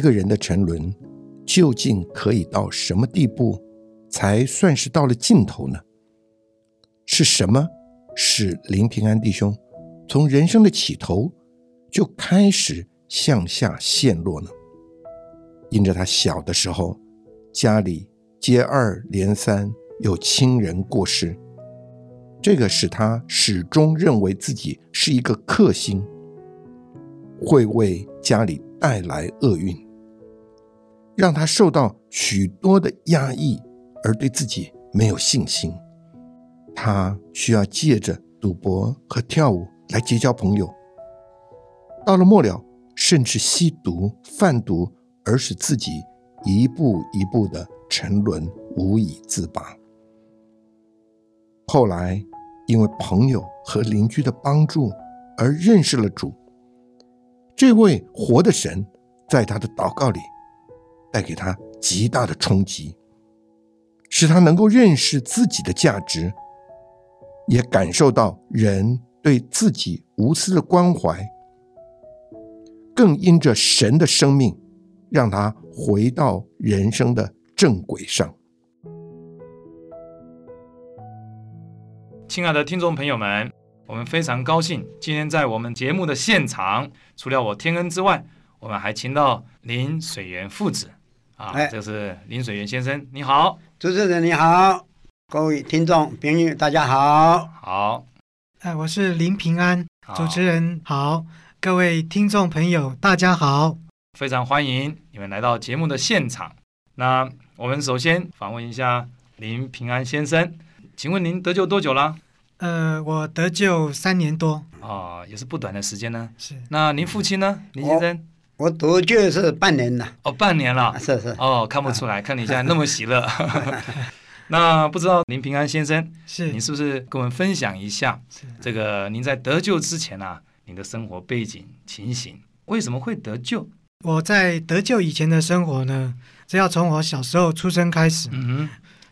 个人的沉沦究竟可以到什么地步，才算是到了尽头呢？是什么使林平安弟兄从人生的起头就开始向下陷落呢？因着他小的时候，家里接二连三有亲人过世，这个使他始终认为自己是一个克星，会为家里带来厄运，让他受到许多的压抑，而对自己没有信心。他需要借着赌博和跳舞来结交朋友。到了末了，甚至吸毒、贩毒，而使自己一步一步的沉沦，无以自拔。后来，因为朋友和邻居的帮助而认识了主，这位活的神在他的祷告里带给他极大的冲击，使他能够认识自己的价值，也感受到人对自己无私的关怀，更因着神的生命，让他回到人生的正轨上。亲爱的听众朋友们，我们非常高兴，今天在我们节目的现场，除了我天恩之外，我们还请到林水源父子啊，哎这是林水源先生，你好，主持人你好，各位听众朋友大家好。好，哎，我是林平安，好主持人好，各位听众朋友大家好。非常欢迎你们来到节目的现场。那我们首先访问一下林平安先生，请问您得救多久了？呃，我得救三年多，啊、也是不短的时间呢。是那您父亲呢，林先生？我得救是半年了，哦，半年了。是是，哦，看不出 来，看你现在那么喜乐。 那不知道林平安先生，是你是不是跟我们分享一下这个您在得救之前啊，您的生活背景情形，为什么会得救？我在得救以前的生活呢，这要从我小时候出生开始。嗯哼，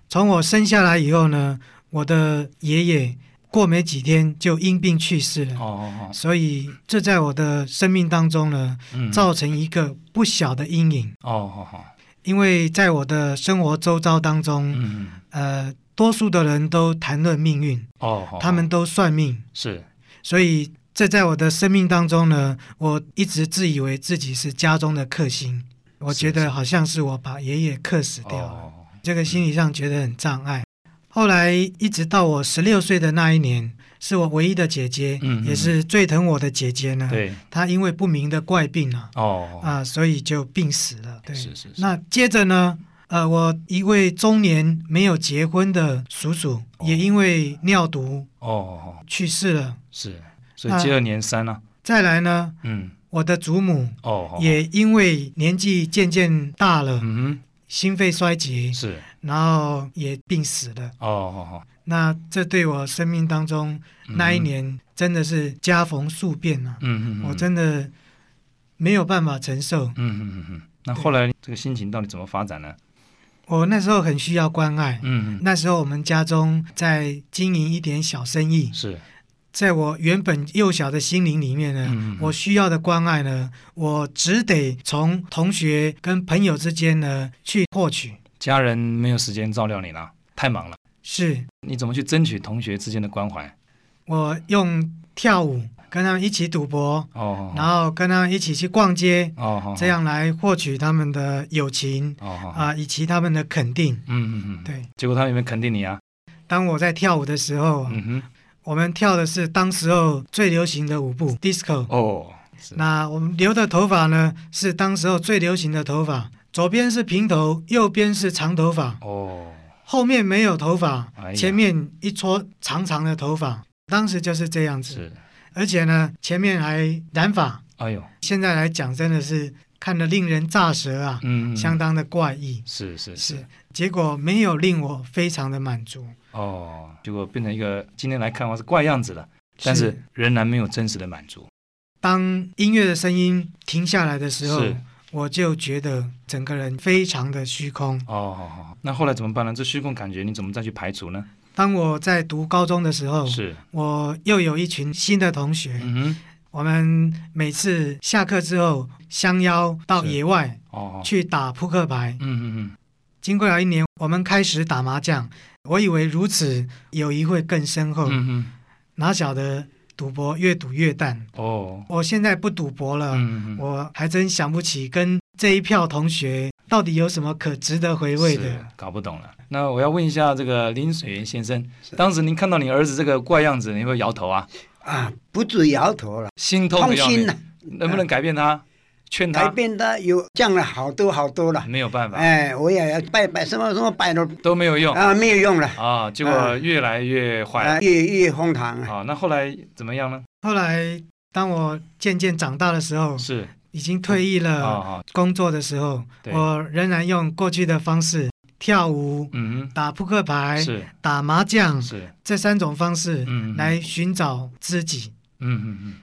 从我生下来以后呢，我的爷爷过没几天就因病去世了，哦，哦所以这在我的生命当中呢，嗯，造成一个不小的阴影。哦哦哦，因为在我的生活周遭当中，嗯，嗯呃，多数的人都谈论命运，哦，哦他们都算命，是所以这在我的生命当中呢，我一直自以为自己是家中的克星，我是觉是得好像是我把爷爷克死掉了，哦，这个心理上觉得很障碍。后来一直到我十六岁的那一年，是我唯一的姐姐，嗯嗯也是最疼我的姐姐呢。哦对，她因为不明的怪病啊，哦，啊，所以就病死了。对，是是是那接着呢，呃，我一位中年没有结婚的叔叔，哦也因为尿毒哦哦，哦去世了。是，所以接二连三了，再来呢，嗯，我的祖母哦，哦，也因为年纪渐渐大了，嗯心肺衰竭哼，，是，然后也病死了。哦哦哦，那这对我生命当中嗯那一年真的是家逢数变啊，嗯嗯，嗯我，真的没有办法承受。嗯嗯嗯嗯，那后来这个心情到底怎么发展呢？我那时候很需要关爱，嗯嗯，那时候我们家中在经营一点小生意，是，在我原本幼小的心灵里面呢，嗯嗯嗯我需要的关爱呢，我只得从同学跟朋友之间呢去获取。家人没有时间照料你了，太忙了。是你怎么去争取同学之间的关怀？我用跳舞跟他们一起赌博，哦，然后跟他们一起去逛街，哦，哦这，样来获取他们的友情哦哦，啊、以及他们的肯定。嗯嗯嗯，。对，结果他有没有肯定你啊？当我在跳舞的时候，嗯哼，我们跳的是当时候最流行的舞步 disco。哦，是，那我们留的头发呢，是当时候最流行的头发，左边是平头，右边是长头发，哦，后面没有头发，哎呀前面一撮长长的头发，当时就是这样子。是，而且呢，前面还染发，哎呦，现在来讲真的是看得令人咋舌啊，嗯，嗯相，当的怪异。是是是是，，结果没有令我非常的满足。哦，结果变成一个今天来看我是怪样子了，但是仍然没有真实的满足。当音乐的声音停下来的时候是，我就觉得整个人非常的虚空。哦哦，哦那后来怎么办呢？这虚空感觉你怎么再去排除呢？当我在读高中的时候，是，我又有一群新的同学，嗯哼，我们每次下课之后相邀到是野外哦，去打扑克牌。嗯嗯经过了一年，我们开始打麻将。我以为如此友谊会更深厚，嗯嗯嗯，哪晓得赌博越赌越淡。哦，我现在不赌博了，嗯嗯，我还真想不起跟这一票同学到底有什么可值得回味是的。搞不懂了。那我要问一下这个林水源先生，是当时您看到你儿子这个怪样子，你会摇头啊，啊，不止摇头了，心痛痛的要心命啊了，，能不能改变他，劝改他？变他有降了好多好多了。没有办法，哎，我也要拜拜，什么什么拜都都没有用啊没有用了，啊，结果啊越来越坏啊越越荒唐啊！啊。那后来怎么样呢？后来，当我渐渐长大的时候，是已经退役啊了啊，工作的时候，对我仍然用过去的方式跳舞、嗯打扑克哼，牌、是打麻将是，这三种方式嗯嗯来寻找知己，嗯嗯嗯，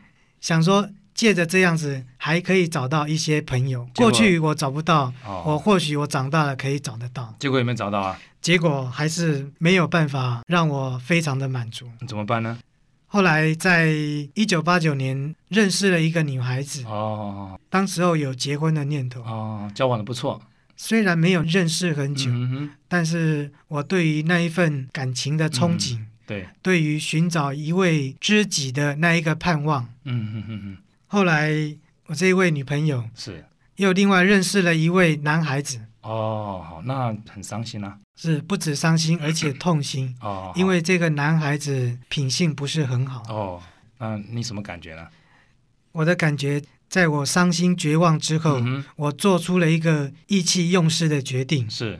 想说借着这样子还可以找到一些朋友。结果过去我找不到，我哦，或许我长大了可以找得到。结果有没有找到啊？结果还是没有办法让我非常的满足。怎么办呢？后来在一九八九年认识了一个女孩子，哦当时候有结婚的念头，哦，交往的不错，虽然没有认识很久，嗯哼，但是我对于那一份感情的憧憬，对，对于寻找一位知己的那一个盼望。嗯哼哼哼，后来我这一位女朋友是又另外认识了一位男孩子，哦，好，那很伤心啊，是不止伤心，而且痛心，哦，因为这个男孩子品性不是很好。哦，那你什么感觉呢？我的感觉，在我伤心绝望之后，嗯哼，我做出了一个意气用事的决定，是，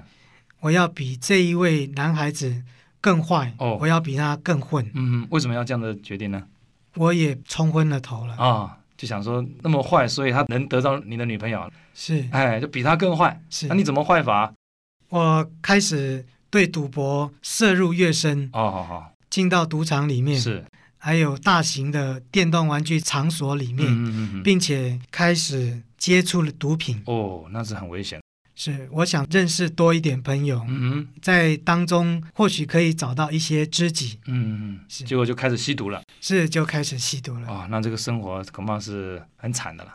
我要比这一位男孩子更坏，哦我要比他更混。嗯哼，为什么要这样的决定呢？我也冲昏了头了，啊、就想说那么坏，所以他能得到你的女朋友，是哎，就比他更坏，是。那你怎么坏法？我开始对赌博涉入越深，哦，好好，进到赌场里面，是，还有大型的电动玩具场所里面，嗯嗯嗯嗯，并且开始接触了毒品。哦，那是很危险，是，我想认识多一点朋友，嗯哼在当中或许可以找到一些知己。嗯嗯嗯，是结果就开始吸毒了。是就开始吸毒了。哦，那这个生活恐怕是很惨的了。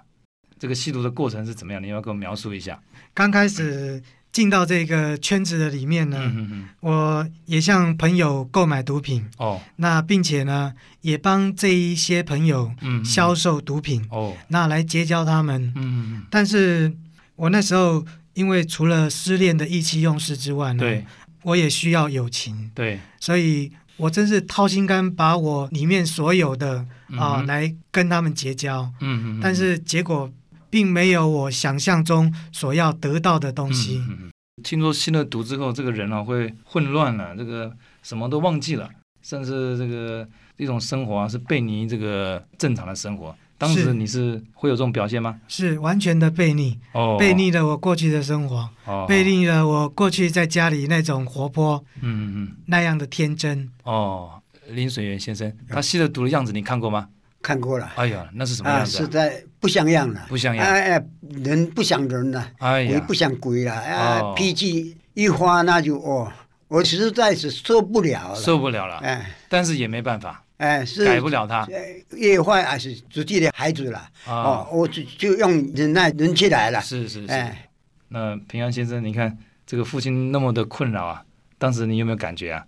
这个吸毒的过程是怎么样？你要不要给我描述一下。刚开始进到这个圈子的里面呢，嗯嗯嗯。我也向朋友购买毒品，哦，那并且呢也帮这一些朋友嗯。嗯销。售毒品，哦，那来结交他们。嗯嗯但是我那时候因为除了失恋的意气用事之外嗯。呢，对我也需要友情，对。所以。我真是掏心肝把我里面所有的啊、嗯来跟他们结交，嗯嗯。但是结果并没有我想象中所要得到的东嗯西。嗯嗯嗯听说吸了毒之后，这个人啊会混乱了，这个什么都忘记了，甚至这个一种生活啊是背离这个正常的生活。当时是你是会有这种表现吗？是完全的背逆，哦，背逆了我过去的生活，哦，背逆了我过去在家里那种活泼嗯。嗯嗯。那样的天真。哦，林水源先嗯生，他吸了毒的样子你看过吗？看过了哎呀，那是什么啊，样子、实在不像样了，不像样哎哎，人不像人了，哎鬼呀不，像鬼了，哦啊，脾气一发那就哦，我实在是受不了了，受不了了，哎但是也没办法，哎是改不了他哎越坏还是自己的孩子了，哦啊。，我就就用忍耐忍起来了，是是是。哎，那平安先生，你看这个父亲那么的困扰啊，当时你有没有感觉啊？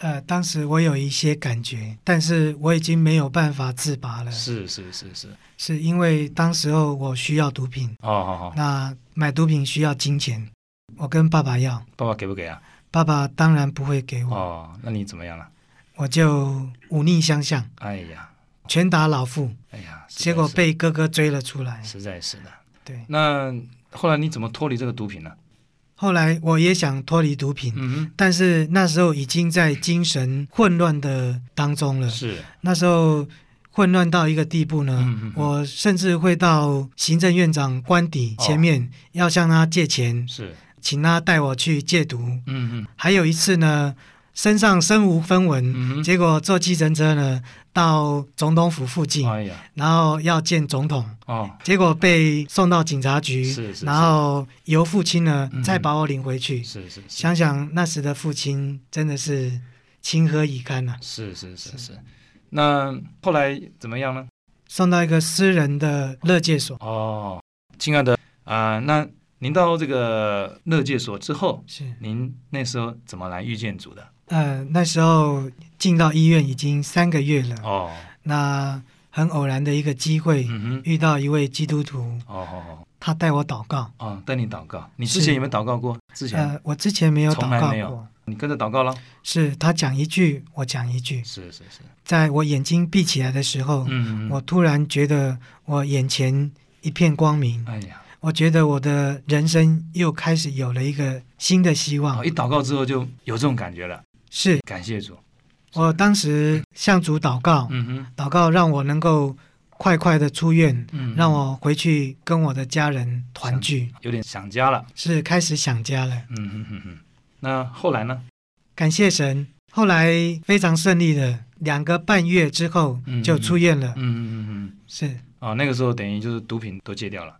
呃，当时我有一些感觉，但是我已经没有办法自拔了，是是是是，是因为当时候我需要毒品，哦哦哦，那买毒品需要金钱，我跟爸爸要，爸爸给不给啊？爸爸当然不会给我，哦，那你怎么样了？我就忤逆相向，哎呀，拳打老父，哎呀，实在结果是被哥哥追了出来。实在是的。对，那后来你怎么脱离这个毒品呢？后来我也想脱离毒品，嗯但是那时候已经在精神混乱的当中了哼，。是那时候混乱到一个地步呢，嗯嗯嗯我甚至会到行政院长官邸哦前面、要向他借钱，是，请他带我去戒毒。嗯嗯还有一次呢，身上身无分文，嗯结果坐计程车呢到总统府附近，哼，哎呀，然后要见总统。哦，结果被送到警察局，是是然后由父亲呢、嗯再把我领回去。是是是。想想那时的父亲真的是情何以堪呐、啊是是是是。那后来怎么样呢？送到一个私人的乐界所。哦，亲爱的啊、呃那您到这个乐界所之后，是，您那时候怎么来遇见主的？呃，那时候进到医院已经三个月了，哦，那很偶然的一个机会、嗯哼，遇到一位基督徒，哦哦他带我祷告。哦，哦，带你祷告。你之是前有没有祷告过？之前、呃，我之前没有从祷来告没有过，你跟着祷告了？是他讲一句，我讲一句。是是是，在我眼睛闭起来的时候，嗯，嗯我突然觉得我眼前一片光明，哎呀，我觉得我的人生又开始有了一个新的希望哦，。一祷告之后就有这种感觉了，是感谢主。我当时向主祷告，嗯哼，祷告让我能够快快的出院，嗯，让我回去跟我的家人团聚，有点想家了。是开始想家了。嗯哼哼哼，那后来呢？感谢神，后来非常顺利的，两个半月之后嗯就出院了。嗯嗯嗯嗯，是哦，那个时候等于就是毒品都戒掉了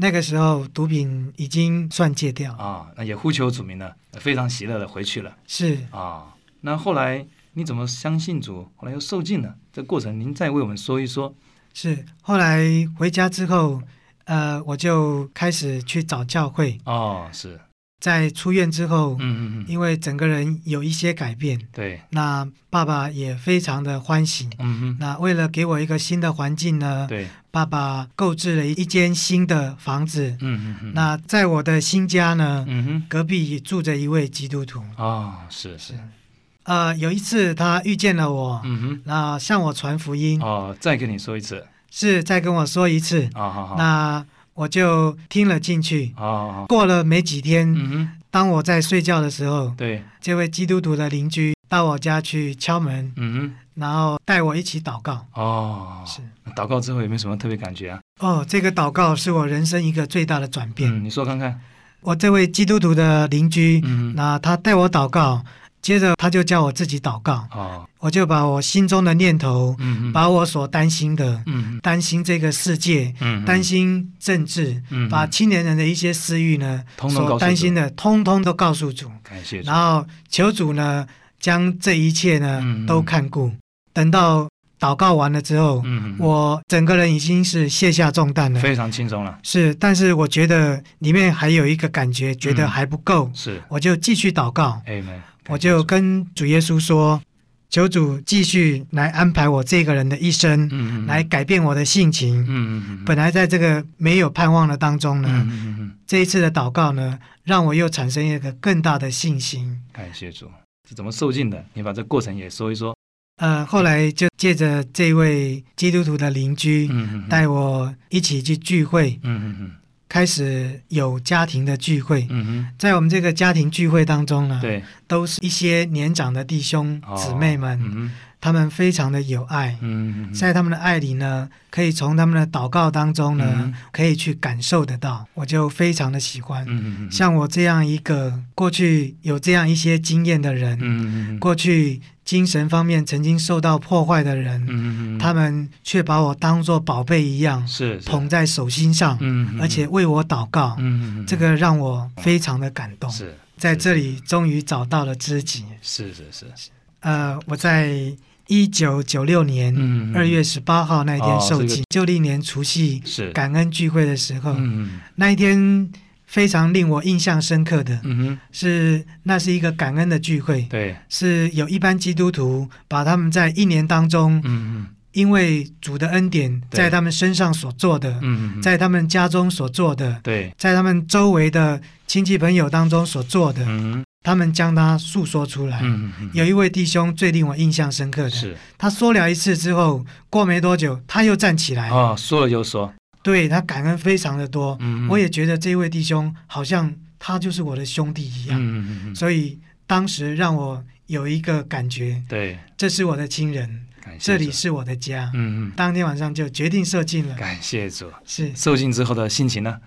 那个时候毒品已经算戒掉，啊、那也呼求主名了，非常喜乐的回去了是啊、那后来你怎么相信主？后来又受尽了，这过程您再为我们说一说。是。后来回家之后，呃，我就开始去找教会。哦，是，在出院之后，嗯嗯嗯，因为整个人有一些改变，对，那爸爸也非常的欢喜。嗯那为了给我一个新的环境呢哼，，对，爸爸购置了一间新的房子。嗯嗯嗯，那在我的新家呢，嗯哼，隔壁也住着一位基督徒。哦，是是，呃，有一次他遇见了我，嗯那向我传福音哼，，哦，再跟你说一次，是再跟我说一次，啊、好好，哦那我就听了进去。好好好，过了没几天，嗯哼，当我在睡觉的时候，对，这位基督徒的邻居到我家去敲门，嗯然后带我一起祷告。哼，哦，是祷告之后有没有什么特别感觉啊？哦，这个祷告是我人生一个最大的转变。嗯，你说看看，我这位基督徒的邻居，嗯哼，那他带我祷告，接着他就叫我自己祷告，哦，我就把我心中的念头，嗯哼，把我所担心的，嗯哼担心这个世界，嗯哼，担心政治，嗯把青年人的一些私欲呢，通通告诉主所担心的，通通都告诉主，感谢主然，后求主呢，将这一切呢、嗯都看顾。等到祷告完了之后，嗯哼，我整个人已经是卸下重担了。非常轻松了，是，但是我觉得里面还有一个感觉，觉嗯得还不够，是我就继续祷告， ，Amen，我感谢就主跟主耶稣说，求主继续来安排我这个人的一生，嗯嗯嗯来改变我的性情。嗯嗯嗯，本来在这个没有盼望的当中呢，嗯嗯嗯嗯，这一次的祷告呢，让我又产生一个更大的信心。感谢主，是怎么受尽的？你把这过程也说一说，呃，后来就借着这位基督徒的邻居嗯嗯嗯带我一起去聚会，嗯嗯开始有家庭的聚会。嗯嗯在我们这个家庭聚会当中呢嗯，，对，都是一些年长的弟兄哦姊妹们，嗯他们非常的有爱嗯，嗯嗯，在他们的爱里呢，可以从他们的祷告当中呢，嗯可以去感受得到，我就非常的喜欢。嗯嗯嗯，像我这样一个过去有这样一些经验的人，嗯嗯嗯过去精神方面曾经受到破坏的人，嗯嗯，他们却把我当作宝贝一样是捧，在手心上，嗯，而且为我祷告，嗯嗯这个让我非常的感动。是在这里终于找到了知己。是是是，呃，我在一九九六年嗯二月十八号那一天哦受这个浸，旧历年除夕是，感恩聚会的时候，嗯那一天非常令我印象深刻的嗯嗯，是，那是一个感恩的聚会，对，是有一般基督徒把他们在一年当中嗯嗯因为主的恩典对在他们身上所做的，嗯嗯，在他们家中所做的，对，在他们周围的亲戚朋友当中所做的，嗯他们将它诉说出来。嗯嗯，有一位弟兄最令我印象深刻的，是他说了一次之后，过没多久他又站起来，哦，说了就说，对他感恩非常的多。嗯，我也觉得这位弟兄好像他就是我的兄弟一样，嗯嗯嗯，所以当时让我有一个感觉，对，这是我的亲人，感谢这里，是我的家。嗯当天晚上就决定受浸了嗯，，感谢主，是受尽之后的心情呢？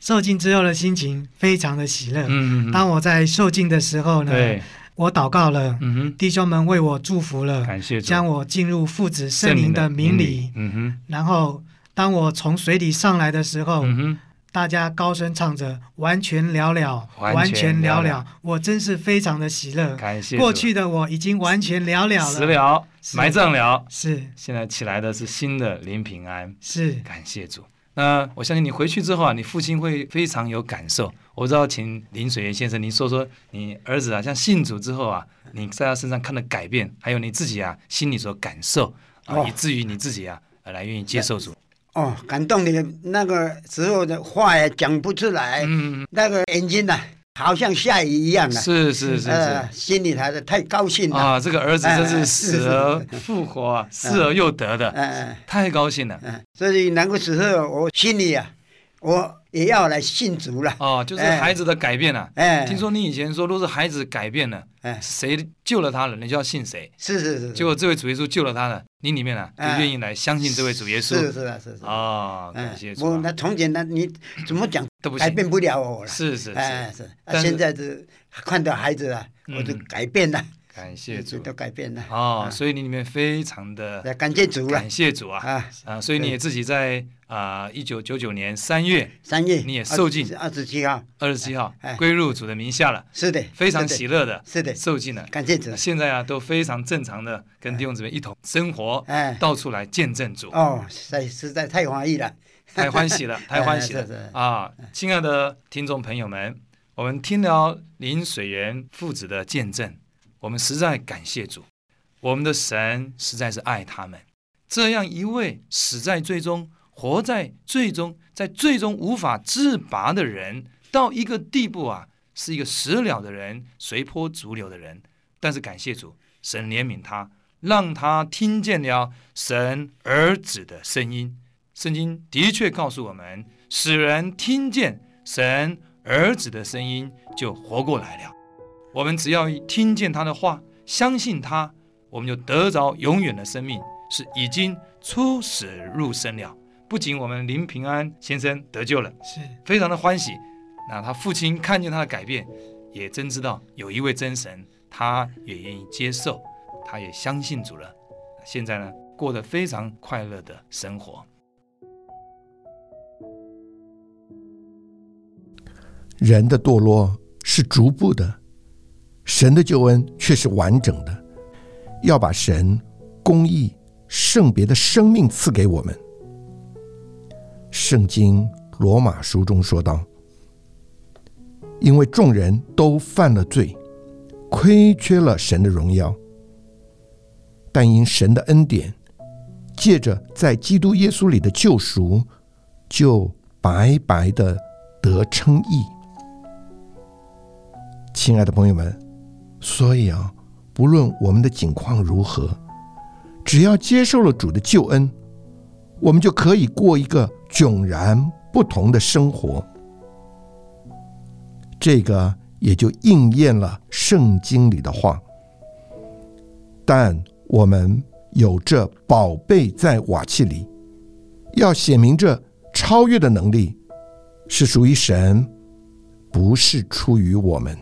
受浸之后的心情非常的喜乐。嗯，当我在受浸的时候呢，对，我祷告了，嗯弟兄们为我祝福了哼，，感谢主，呃将我进入父子圣灵的名里。嗯哼，然后，当我从水里上来的时候，嗯哼，大家高声唱着“完全了了，完全了了了了”，我真是非常的喜乐。感谢主过去的我已经完全了了死了，了埋葬了，是现在起来的是新的林平安，是感谢主。那我相信你回去之后啊，你父亲会非常有感受。我不知道，请林水源先生，您说说你儿子啊，像信主之后啊，你在他身上看的改变，还有你自己啊心里所感受啊，哦以至于你自己啊呃来愿意接受主。哦，感动的那个时候的话也讲不出来，嗯，那个眼睛呐、啊好像下雨一样啊，是是是是呃，心里还是太高兴了，啊，这个儿子真是哎死而复活啊，失而又得的，嗯、嗯太高兴了。嗯，所以那个时候我心里啊，我也要来信主了，哦，就是哎孩子的改变啊。哎，听，说你以前说，若是孩子改变了，哎，谁救了他了，你就要信谁。是是是，结果这位主耶稣救了他了，你里面啊就哎愿意来相信这位主耶稣是是啊是是，哦，嗯感谢主我啊，那从前呢，你怎么讲都不改行，变不了我了，是是是，哎是，啊但是现在是看到孩子啊，我就嗯改变了，感谢主都改变了，哦啊，所以你里面非常的来感谢主了感谢主啊啊！啊，所以你也自己在啊一九九九年三月三月你也受尽二十七号，二十七号哎归入主的名下了，是的，非常是的喜乐的是的，受尽了。感谢主那，现在啊，都非常正常的跟弟兄姊妹一同生活，哎，到处来见证主，哦，实在实在太欢喜了， 太欢喜了，太欢喜了哎是是啊！亲爱的听众朋友们，我们听了林水源父子的见证，我们实在感谢主，我们的神实在是爱他们。这样一位死在最终、活在最终、在最终无法自拔的人，到一个地步啊，是一个死了的人，随波逐流的人。但是感谢主，神怜悯他，让他听见了神儿子的声音。圣经的确告诉我们，使人听见神儿子的声音就活过来了。我们只要听见他的话，相信他，我们就得着永远的生命，是已经出死入生了。不仅我们林平安先生得救了，是非常的欢喜。那他父亲看见他的改变，也真知道有一位真神，他也愿意接受，他也相信主了。现在呢，过得非常快乐的生活。人的堕落是逐步的，神的救恩却是完整的。要把神公义、圣别的生命赐给我们。圣经罗马书中说道：“因为众人都犯了罪，亏缺了神的荣耀，但因神的恩典，借着在基督耶稣里的救赎，就白白的得称义。”亲爱的朋友们，所以啊，不论我们的境况如何，只要接受了主的救恩，我们就可以过一个迥然不同的生活。这个也就应验了圣经里的话。但我们有这宝贝在瓦器里，要显明这超越的能力是属于神，不是出于我们。